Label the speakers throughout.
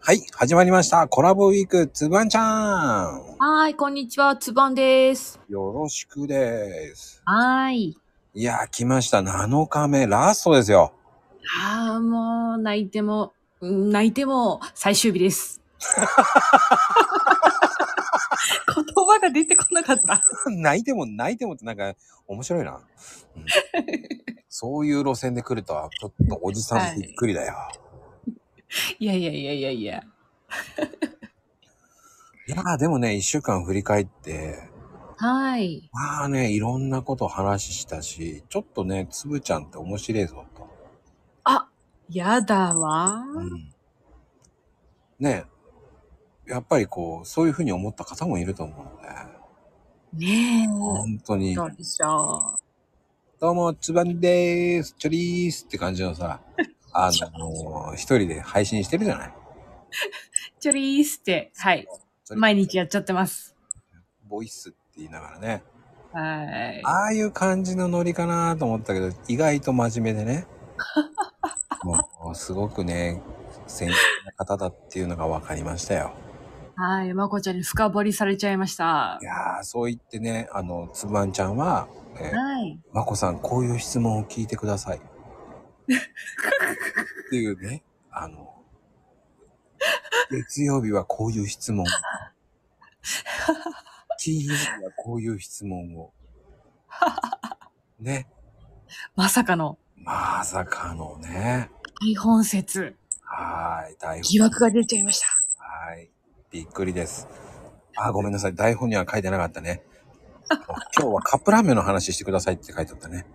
Speaker 1: はい、始まりました。コラボウィーク、つばんちゃん。
Speaker 2: はーい、こんにちは、つばんです。
Speaker 1: よろしくです。
Speaker 2: はーい。
Speaker 1: いやー、来ました。7日目、ラストですよ。
Speaker 2: ああ、もう、泣いても、うん泣いても、最終日です。言葉が出てこなかった。
Speaker 1: 泣いても泣いてもってなんか面白いな。うん そういう路線で来るとは、ちょっとおじさんびっくりだよ。
Speaker 2: いやいやいやいやいや。
Speaker 1: い、やー、でもね、1週間振り返って、
Speaker 2: はーい。
Speaker 1: まあね、いろんなこと話したし、ちょっとね、つぶちゃんって面白いぞと。
Speaker 2: あ、やだわー。
Speaker 1: うんねえやっぱりこう、そういうふうに思った方もいると思うので、
Speaker 2: ね
Speaker 1: 本当
Speaker 2: え。
Speaker 1: に
Speaker 2: ど、うでしょ
Speaker 1: どうも、つばんでーす、チョリーすって感じの さ、あのー一人で配信してるじゃない。
Speaker 2: う。ちょりーすって、はい。
Speaker 1: それ
Speaker 2: 毎日やっちゃってます。
Speaker 1: ボイスって言いながらね、
Speaker 2: はーい。
Speaker 1: ああいう感じのノリかなと思ったけど、意外と真面目で ね、もうすごくね、繊細な方だっていうのが分かりましたよ。
Speaker 2: はーい。まこちゃんに深掘りされちゃいました
Speaker 1: い。やー、そう言ってね、あの、つばんちゃんは、えー
Speaker 2: はい。
Speaker 1: まこさん、こういう質問を聞いてください。っていうね、あの、月曜日はこういう質問。金曜日はこういう質問を。ね、
Speaker 2: まさかの、
Speaker 1: まさかのね、
Speaker 2: 大本説、
Speaker 1: はーい、台
Speaker 2: 疑
Speaker 1: 本、
Speaker 2: 惑が出ちゃいました。
Speaker 1: はーい、びっくりです。あ、ごめんなさい、台本には書いてなかったね。今日はカップラーメンの話してくださいって書いてあったね。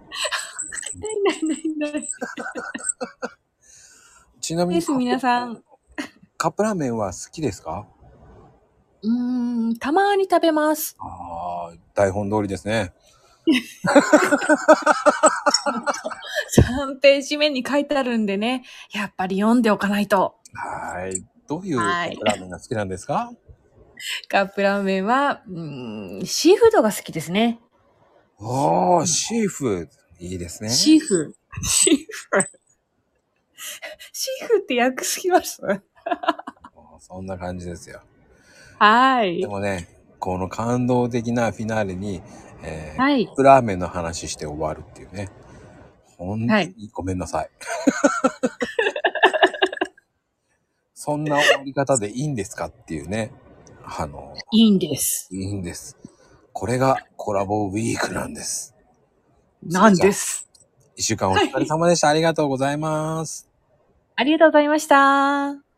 Speaker 2: ないないないない。
Speaker 1: ちなみ
Speaker 2: で
Speaker 1: に、
Speaker 2: す、皆さん。
Speaker 1: カップラーメンは好きですか
Speaker 2: うーん、たまに食べます。
Speaker 1: ああ、台本通りですね。
Speaker 2: 3ページ目に書いてあるんでね、やっぱり読んでおかないと。
Speaker 1: はい。どういうカ
Speaker 2: はい
Speaker 1: ップラーメンが好きなんですか
Speaker 2: カップラーメンは、うーん、シーフードが好きですね。
Speaker 1: おー、シーフード。いいですね。
Speaker 2: シーフー。シーフー。シーフーって訳すぎますは
Speaker 1: そんな感じですよ。
Speaker 2: ー
Speaker 1: で
Speaker 2: い。
Speaker 1: もね、この感動的なフィナーレに、えーカ
Speaker 2: はい
Speaker 1: ッ。プラーメンの話して終わるっていうね。ほんと
Speaker 2: は
Speaker 1: に
Speaker 2: い
Speaker 1: ごめんなさい。 そんな終わり方でいいんですかっていうね。あの、
Speaker 2: いいんです。
Speaker 1: いいんです。これがコラボウィークなんです。
Speaker 2: なんです。
Speaker 1: 一週間お疲れ様でした。ありがとうございます。
Speaker 2: ありがとうございました。